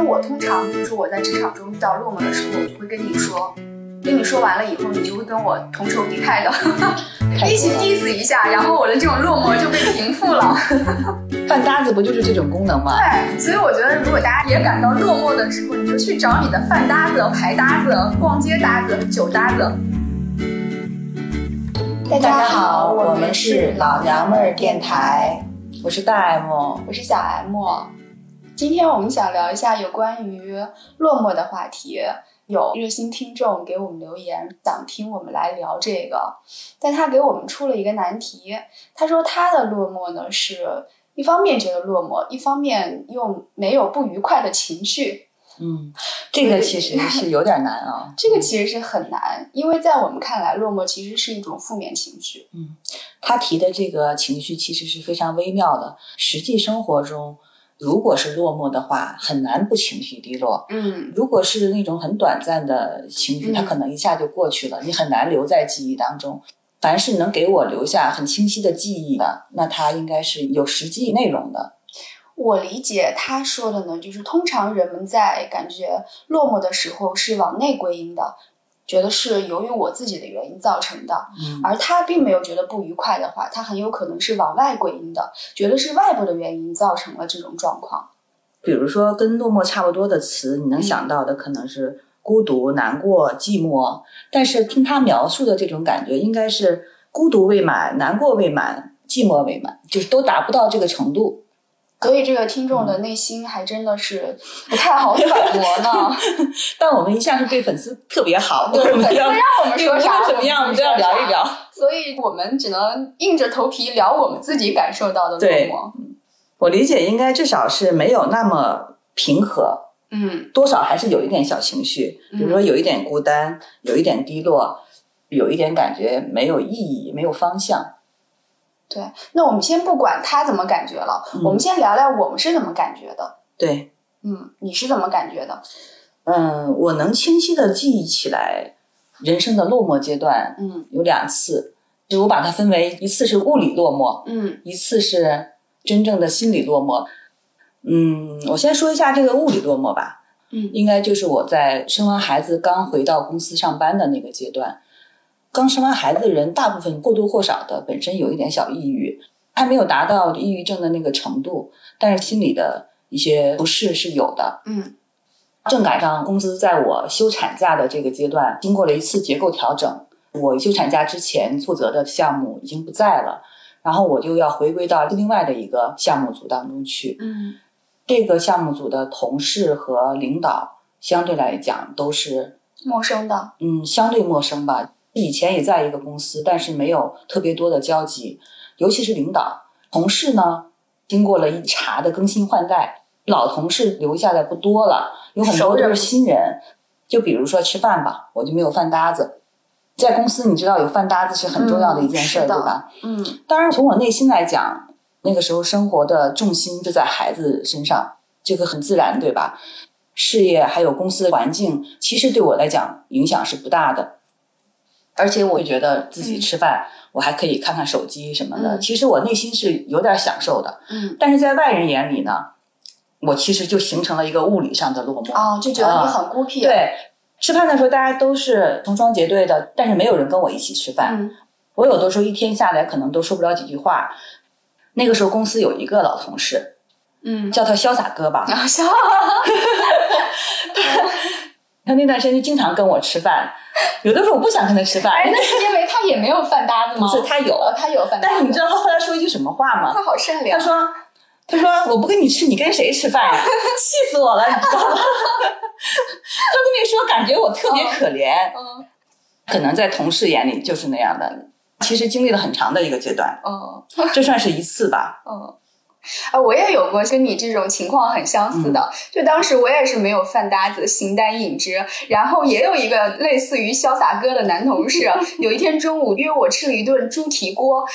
那我通常就是我在职场中遇到落寞的时候，我就会跟你说，跟你说完了以后，你就会跟我同仇敌忾的一起啊 diss 一下，然后我的这种落寞就被平复了。 饭搭子不就是这种功能吗？对，所以我觉得如果大家也感到落寞的时候，你就去找你的饭搭子、牌搭子、逛街搭子、酒搭子。大家好，我们是老娘们儿电台，我是大 M。我是小 M。今天我们想聊一下有关于落寞的话题。有热心听众给我们留言，想听我们来聊这个，但他给我们出了一个难题。他说他的落寞呢，是一方面觉得落寞，一方面又没有不愉快的情绪。嗯，这个其实是有点难啊。这个其实是很难，因为在我们看来，落寞其实是一种负面情绪。他提的这个情绪其实是非常微妙的，实际生活中。如果是落寞的话，很难不情绪低落。嗯，如果是那种很短暂的情绪，嗯它可能一下就过去了，你很难留在记忆当中。凡是能给我留下很清晰的记忆的，那它应该是有实际内容的。我理解他说的呢，就是通常人们在感觉落寞的时候是往内归因的，觉得是由于我自己的原因造成的，嗯而他并没有觉得不愉快的话，他很有可能是往外归因的，觉得是外部的原因造成了这种状况。比如说跟落寞差不多的词，你能想到的可能是孤独、难过、寂寞，但是听他描述的这种感觉，应该是孤独未满、难过未满、寂寞未满，就是都达不到这个程度。所以这个听众的内心还真的是不太好反驳呢。但我们一向是对粉丝特别好，对 我们要粉丝让我们对说无论啥怎么样，我我们们都就要说啥聊一聊。所以我们只能硬着头皮聊我们自己感受到的落对寞。我理解应该至少是没有那么平和，嗯多少还是有一点小情绪，比如说有一点孤单，有一点低落，有一点感觉没有意义、没有方向。对，那我们先不管他怎么感觉了，嗯我们先聊聊我们是怎么感觉的。对，嗯，你是怎么感觉的？嗯，我能清晰的记忆起来，人生的落寞阶段嗯有两次，就我把它分为一次是物理落寞，嗯一次是真正的心理落寞。嗯，我先说一下这个物理落寞吧。嗯应该就是我在生完孩子刚回到公司上班的那个阶段。刚生完孩子的人，大部分或多或少的本身有一点小抑郁，还没有达到抑郁症的那个程度，但是心里的一些不适是有的。嗯正赶上公司在我休产假的这个阶段，经过了一次结构调整。我休产假之前负责的项目已经不在了，然后我就要回归到另外的一个项目组当中去。嗯这个项目组的同事和领导相对来讲都是陌生的。嗯相对陌生吧，以前也在一个公司，但是没有特别多的交集，尤其是领导。同事呢，经过了一茬的更新换代，老同事留下的不多了，有很多都是新人。就比如说吃饭吧，我就没有饭搭子。在公司，你知道有饭搭子是很重要的一件事儿，嗯是的对吧？嗯当然，从我内心来讲，那个时候生活的重心就在孩子身上，这个很自然，对吧？事业还有公司的环境，其实对我来讲影响是不大的。而且我觉得自己吃饭，我还可以看看手机什么的。嗯其实我内心是有点享受的，嗯但是在外人眼里呢，我其实就形成了一个物理上的落寞。哦，就觉得你很孤僻。，对，吃饭的时候大家都是成双结对的，但是没有人跟我一起吃饭。嗯我有的时候一天下来可能都说不了几句话。那个时候公司有一个老同事， 嗯，叫他潇洒哥吧，然后笑。他那段时间就经常跟我吃饭，有的时候我不想跟他吃饭，哎，那是因为他也没有饭搭子不吗？是他有，哦，他有饭搭子。但是你知道他后来说一句什么话吗？他好善他良。说。他说：“我不跟你吃，你跟谁吃饭呀？” 气死我了，你知道吗？他 这么一说，感觉我特别可怜。嗯可能在同事眼里就是那样的。其实经历了很长的一个阶段，嗯这算是一次吧。嗯。啊，我也有过跟你这种情况很相似嗯的，就当时我也是没有饭搭子，形单影只，然后也有一个 类似于潇洒哥的男同事，有一天中午约我吃了一顿猪蹄锅，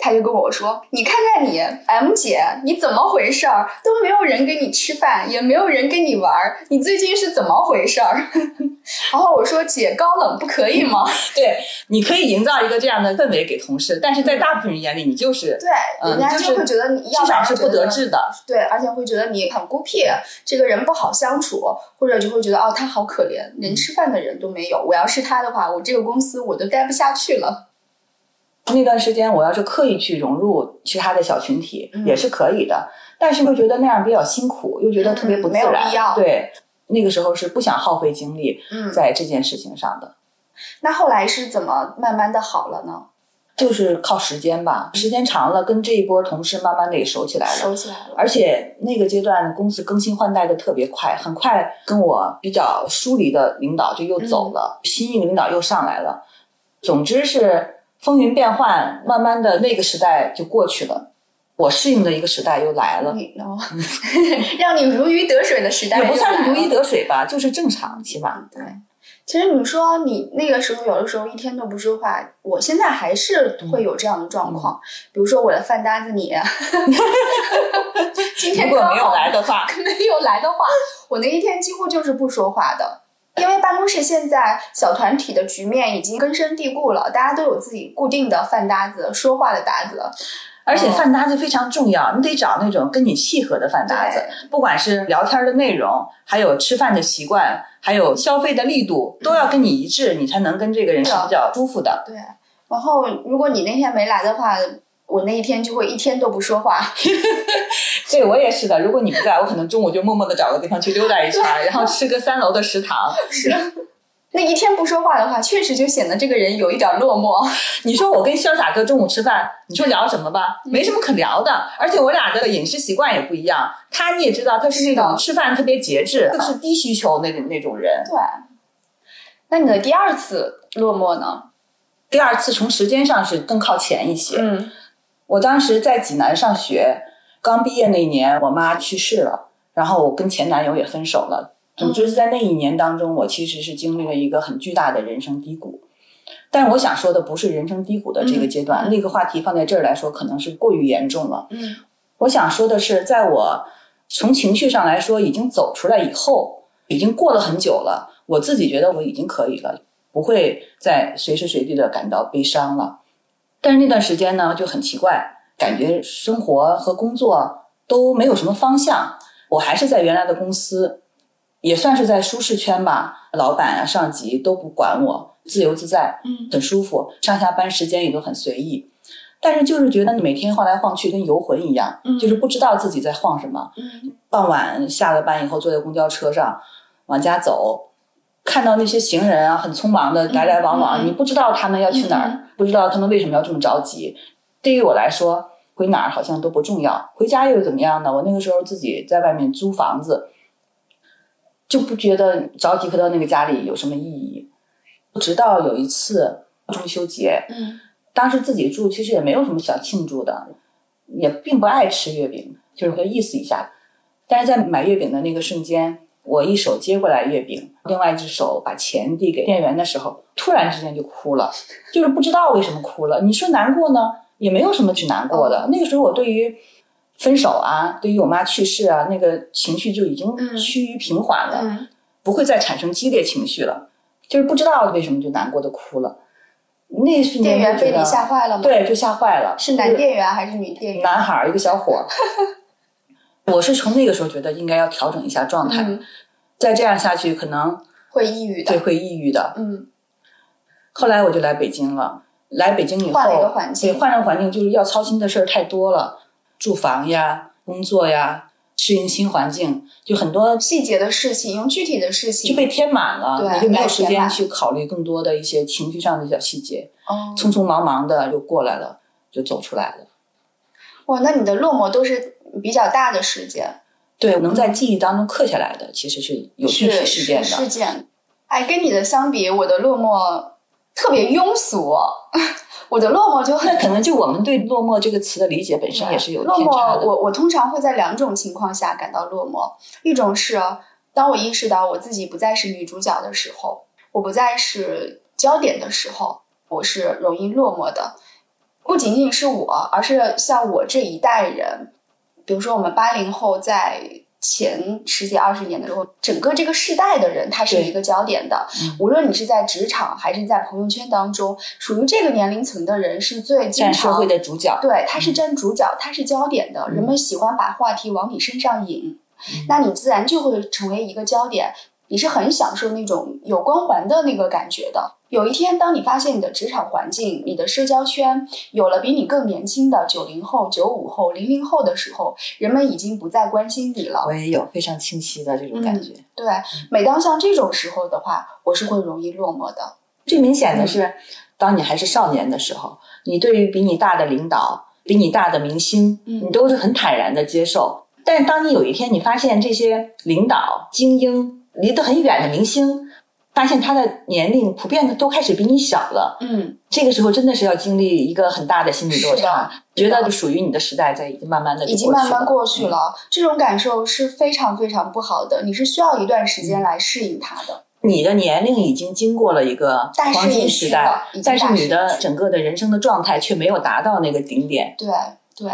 他就跟我说：“你看看你，M 姐，你怎么回事儿？都没有人跟你吃饭，也没有人跟你玩儿，你最近是怎么回事儿？”然后我说：“姐，高冷不可以吗对，你可以营造一个这样的氛围给同事，但是在大部分人眼里，你就？”是嗯对，嗯人家就是就会觉得你要至不然少是就觉不得得嗯志的。对，而且会觉得你很孤僻，这个人不好相处，或者就会觉得哦，他好可怜，连吃饭的人都没有。我要是他的话，我这个公司我都待不下去了。那段时间，我要是刻意去融入其他的小群体，嗯也是可以的，但是会觉得那样比较辛苦，又觉得特别不嗯自没然。有必要对，那个时候是不想耗费精力嗯在这件事情上的，那后来是怎么慢慢的好了呢？就是靠时间吧。时间长了，跟这一波同事慢慢的也熟起来了。收起来了。而且那个阶段公司更新换代的特别快，很快跟我比较疏离的领导就又嗯走了，新一个领导又上来了。总之是风云变幻，慢慢的那个时代就过去了，我适应的一个时代又来了，你呢？ 让你如鱼得水的时代也不算是又如来了鱼得水吧，就是正常，起码对，其实你说你那个时候有的时候一天都不说话，我现在还是嗯会有这样的状况。比如说我的饭搭子 你，今天如果刚没有好来 的话，没有来的话，我那一天几乎就是不说话的。因为办公室现在小团体的局面已经根深蒂固了，大家都有自己固定的饭搭子、说话的搭子。而且饭搭子非常重要，你得找那种跟你契合的饭搭子，不管是聊天的内容，还有吃饭的习惯，还有消费的力度，都要跟你一致，你才能跟这个人是对啊比较舒服的。对，然后如果你那天没来的话，我那一天就会一天都不说话。对我也是的，如果你不在，我可能中午就默默的找个地方去溜达一圈儿，然后吃个三楼的食堂。那一天不说话的话，确实就显得这个人有一点落寞。你说我跟潇洒哥中午吃饭，你说聊什么吧？没什么可聊的，而且我俩的饮食习惯也不一样。他你也知道，他是那是种的吃饭特别节制，就是低需求那种那种人。对，那你的第二次落寞呢？第二次从时间上是更靠前一些，嗯我当时在济南上学，刚毕业那一年，我妈去世了，然后我跟前男友也分手了。总之，在那一年当中，我其实是经历了一个很巨大的人生低谷。但我想说的不是人生低谷的这个阶段，那个话题放在这儿来说，可能是过于严重了。嗯我想说的是，在我从情绪上来说已经走出来以后，已经过了很久了，我自己觉得我已经可以了，不会再随时随地的感到悲伤了。但是那段时间呢，就很奇怪，感觉生活和工作都没有什么方向，我还是在原来的公司，也算是在舒适圈吧，老板啊、上级都不管我，自由自在。嗯，很舒服，上下班时间也都很随意。但是就是觉得每天晃来晃去跟游魂一样，嗯就是不知道自己在晃什么。嗯傍晚下了班以后，坐在公交车上往家走，看到那些行人啊，很匆忙的来来往往，嗯嗯你不知道他们要去哪儿，嗯不知道他们为什么要这么着急。对于我来说，回哪儿好像都不重要，回家又怎么样呢？我那个时候自己在外面租房子，就不觉得着急回到那个家里有什么意义。直到有一次中秋节，嗯当时自己住，其实也没有什么想庆祝的，也并不爱吃月饼，就是说意思一下。但是在买月饼的那个瞬间，我一手接过来月饼，另外一只手把钱递给店员的时候，突然之间就哭了，就是不知道为什么哭了。你说难过呢，也没有什么去难过嗯的。那个时候我对于分手啊，对于我妈去世啊，那个情绪就已经嗯趋于平缓了。嗯不会再产生激烈情绪了，就是不知道为什么就难过的哭了。那一瞬店间员就觉被得你吓坏了吗？，对，就吓坏了。是男店员还是女店员？男孩儿，一个小伙儿。 我是从那个时候觉得应该要调整一下状态，嗯，再这样下去可能会抑郁对的。会抑郁的。嗯后来我就来北京了，来北京以后换了一个环境对，换了个环境就是要操心的事儿太多了，住房呀、工作呀，适应新环境，就很多细节的事情，用具体的事情就被填满了，对你就没有时被填间满去考虑更多的一些情绪上的小细节，哦，匆匆忙忙的就过来了，就走出来了。哇，那你的落寞都是比较大的事件，对，能在记忆当中刻下来的，其实是有具体嗯是事件是事的。件。哎，跟你的相比，我的落寞特别庸俗，哦 我的落寞就很那 可能就我们对“落寞”这个词的理解本身也是有落偏差寞。的。我我通常会在两种情况下感到落寞，一种是当我意识到我自己不再是女主角的时候，我不再是焦点的时候，我是容易落寞的。不仅仅是我，而是像我这一代人，比如说我们八零后在。前十几二十年的时候，整个这个世代的人，他是一个焦点的。嗯无论你是在职场还是在朋友圈当中，属于这个年龄层的人是最经占社常会的主角。对，他是占主角，他是焦点的，人们喜欢把话题往你身上引，那你自然就会成为一个焦点。你是很享受那种有光环的那个感觉的。有一天，当你发现你的职场环境、你的社交圈有了比你更年轻的九零后、九五后、零零后的时候，人们已经不再关心你了。我也有非常清晰的这种感觉。对，每当像这种时候的话，我是会容易落寞的。最明显的是，当你还是少年的时候，你对于比你大的领导、比你大的明星，嗯你都是很坦然的接受。但当你有一天你发现这些领导、精英离得很远的明星，发现他的年龄普遍的都开始比你小了，嗯，这个时候真的是要经历一个很大的心理落差，觉得属于你的时代在已经慢慢的啊已经慢慢过去了。了，嗯这种感受是非常非常不好的。你是需要一段时间来适应它的。你的年龄已经经过了一个大势黄已金去时了代已经，但是大势你已的去整个的人生的状态却没有达到那个顶点。对对，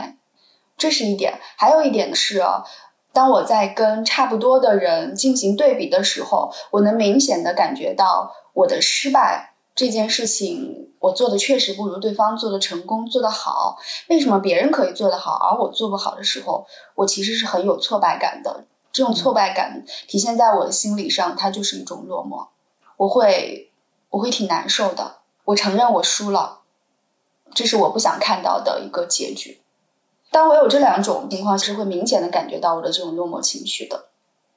这是一点。还有一点是啊，当我在跟差不多的人进行对比的时候，我能明显的感觉到我的失败这件事情，我做的确实不如对方做的成功、做得好。为什么别人可以做得好，而我做不好的时候，我其实是很有挫败感的。这种挫败感体现在我的心理上，它就是一种落寞。我会，我会挺难受的。我承认我输了，这是我不想看到的一个结局。当我有这两种情况，是会明显的感觉到我的这种落寞情绪的。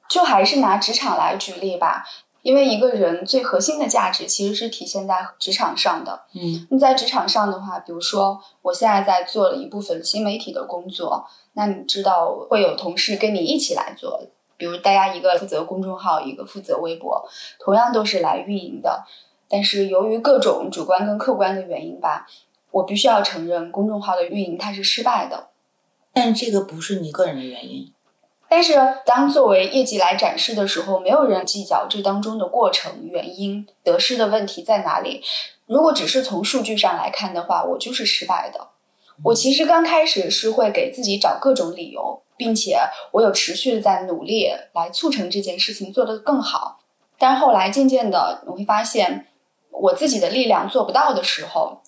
就还是拿职场来举例吧，因为一个人最核心的价值其实是体现在职场上的。嗯你在职场上的话，比如说我现在在做了一部分新媒体的工作，那你知道会有同事跟你一起来做，比如大家一个负责公众号，一个负责微博，同样都是来运营的。但是由于各种主观跟客观的原因吧，我必须要承认公众号的运营它是失败的。但这个不是你个人的原因，但是当作为业绩来展示的时候，没有人计较这当中的过程、原因、得失的问题在哪里。如果只是从数据上来看的话，我就是失败的。我其实刚开始是会给自己找各种理由，并且我有持续的在努力来促成这件事情做得更好。但后来渐渐的，你会发现我自己的力量做不到的时候，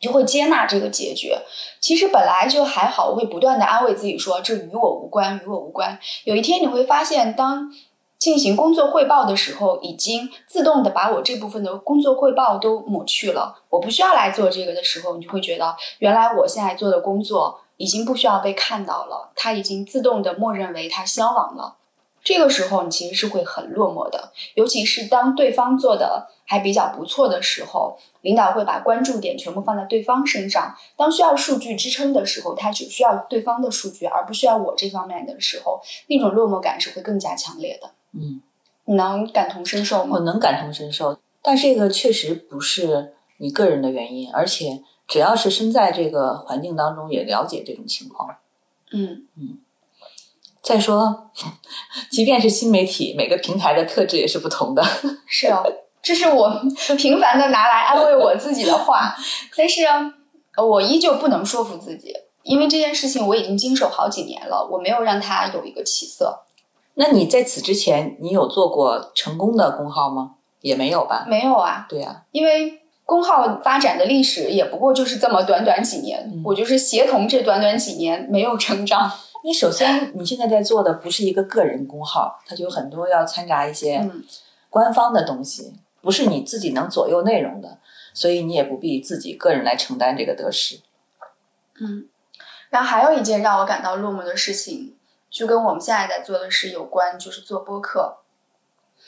就会接纳这个结局。其实本来就还好，我会不断的安慰自己说这与我无关，与我无关。有一天你会发现，当进行工作汇报的时候，已经自动的把我这部分的工作汇报都抹去了，我不需要来做这个的时候，你就会觉得原来我现在做的工作已经不需要被看到了，它已经自动的默认为它消亡了。这个时候你其实是会很落寞的，尤其是当对方做的还比较不错的时候，领导会把关注点全部放在对方身上。当需要数据支撑的时候，他只需要对方的数据，而不需要我这方面的时候，那种落寞感是会更加强烈的。嗯，你能感同身受我吗？能感同身受，但这个确实不是你个人的原因，而且只要是身在这个环境当中，也了解这种情况。嗯，再说， 即便是新媒体，每个平台的特质也是不同的。是啊，这是我 频繁的拿来安慰我自己的话，但是呃我依旧不能说服自己，因为这件事情我已经经手好几年了，我没有让它有一个起色，那你在此之前，你有做过成功的公号吗？也没有吧？没有啊，对呀、因为公号发展的历史也不过就是这么短短几年，嗯我就是协同这短短几年没有成长。你首先你现在在做的不是一个个人公号，它就有很多要掺杂一些嗯，官方的东西，不是你自己能左右内容的，所以你也不必自己个人来承担这个得失。然后还有一件让我感到落寞的事情，就跟我们现在在做的事有关，就是做播客。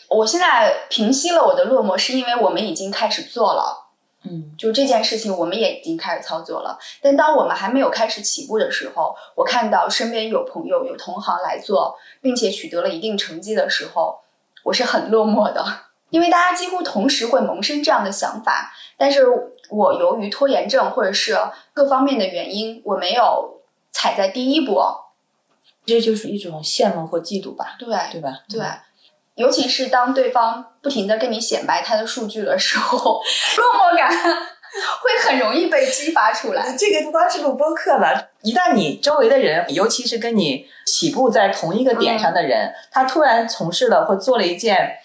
我现在平息了我的落寞，是因为我们已经开始做了。嗯，就这件事情，我们也已经开始操作了。但当我们还没有开始起步的时候，我看到身边有朋友、有同行来做，并且取得了一定成绩的时候，我是很落寞的，因为大家几乎同时会萌生这样的想法。但是我由于拖延症或者是各方面的原因，我没有踩在第一波。这就是一种羡慕或嫉妒吧，对对吧？对，尤 其是当对方不停的跟你显摆他的数据的时候，落寞感会很容易被激发出来。这个不光是录播课了，一旦你周围的人，尤其是跟你起步在同一个点上的人，他突然从事了或做了一件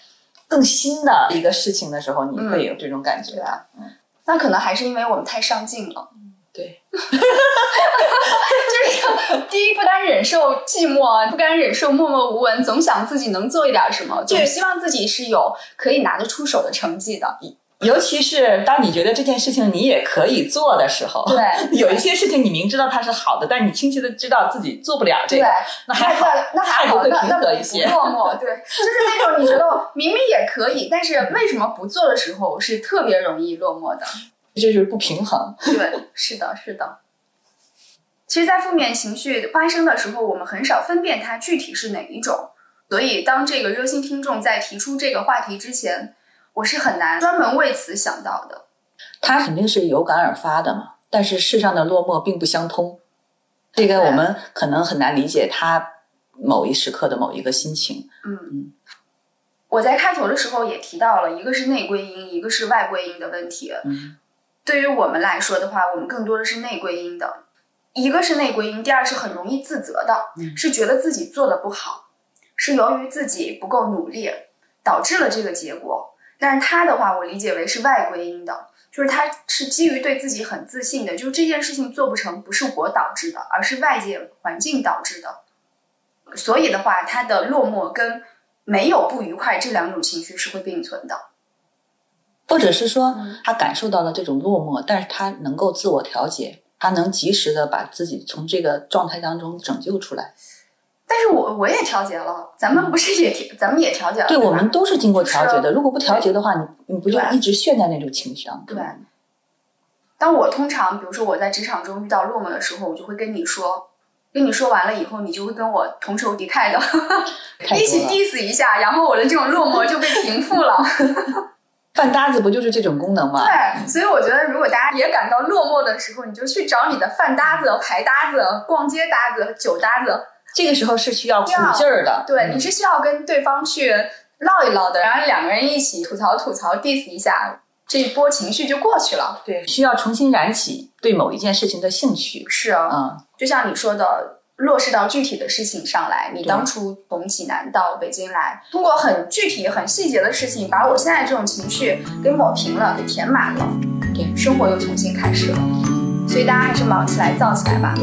更新的一个事情的时候，你会有这种感觉对。啊，那可能还是因为我们太上进了。 对，就是第一不甘忍受寂寞，啊不甘忍受默默无闻，总想自己能做一点什么，总对希望自己是有可以拿得出手的成绩的。哦尤其是当你觉得这件事情你也可以做的时 候，对有一些事情你明知道它是好的，但你清晰的知道自己做不了这对个，，那 还好，那那还好，态度会那平那和不一些不落寞，对，就是那种你觉得明明也可以，但是为什么不做的时候是特别容易落寞的。这就是不平衡。 对，是的，是的。其实，在负面情绪发生的时候，我们很少分辨它具体是哪一种，所以当这个热心听众在提出这个话题之前，我是很难专门为此想到的。它肯定是有感而发的嘛，但是世上的落寞并不相通，这个我们可能很难理解他某一时刻的某一个心情。嗯，我在开头的时候也提到了，一个是内归因，一个是外归因的问题。嗯，对于我们来说的话，我们更多的是内归因的，一个是内归因，第二是很容易自责的，嗯是觉得自己做的不好，是由于自己不够努力导致了这个结果。但是他的话，我理解为是外归因的，就是他是基于对自己很自信的，就是这件事情做不成不是我导致的，而是外界环境导致的。所以的话，他的落寞跟没有不愉快这两种情绪是会并存的。或者是说嗯他感受到了这种落寞，但是他能够自我调节，他能及时的把自己从这个状态当中拯救出来。但是我我也调节了，咱们不是也调，咱们也调节了，嗯对，吧我们都是经过调节是啊的。如果不调节的话，你你不就对一直陷在那种情绪当中？对当我通常，比如说我在职场中遇到落寞的时候，我就会跟你说，跟你说完了以后，你就会跟我同仇敌忾的，太一起多了。 diss 一下，然后我的这种落寞就被平复 了。饭搭子不就是这种功能吗？对，所以我觉得，如果大家也感到落寞的时候，你就去找你的饭搭子、牌搭子、逛街搭子、酒搭子，这个时候是需要苦对啊劲儿的。对，嗯你是需要跟对方去唠一唠的，然后两个人一起吐槽吐槽、diss 一下，这一波情绪就过去了。对，需要重新燃起对某一件事情的兴趣。是啊，嗯，就像你说的，落实到具体的事情上来。你对当初从济南到北京来，通过很具体、很细节的事情，把我现在这种情绪给抹平了，给填满了，对生活又重新开始了。所以大家还是忙起来、造起来吧。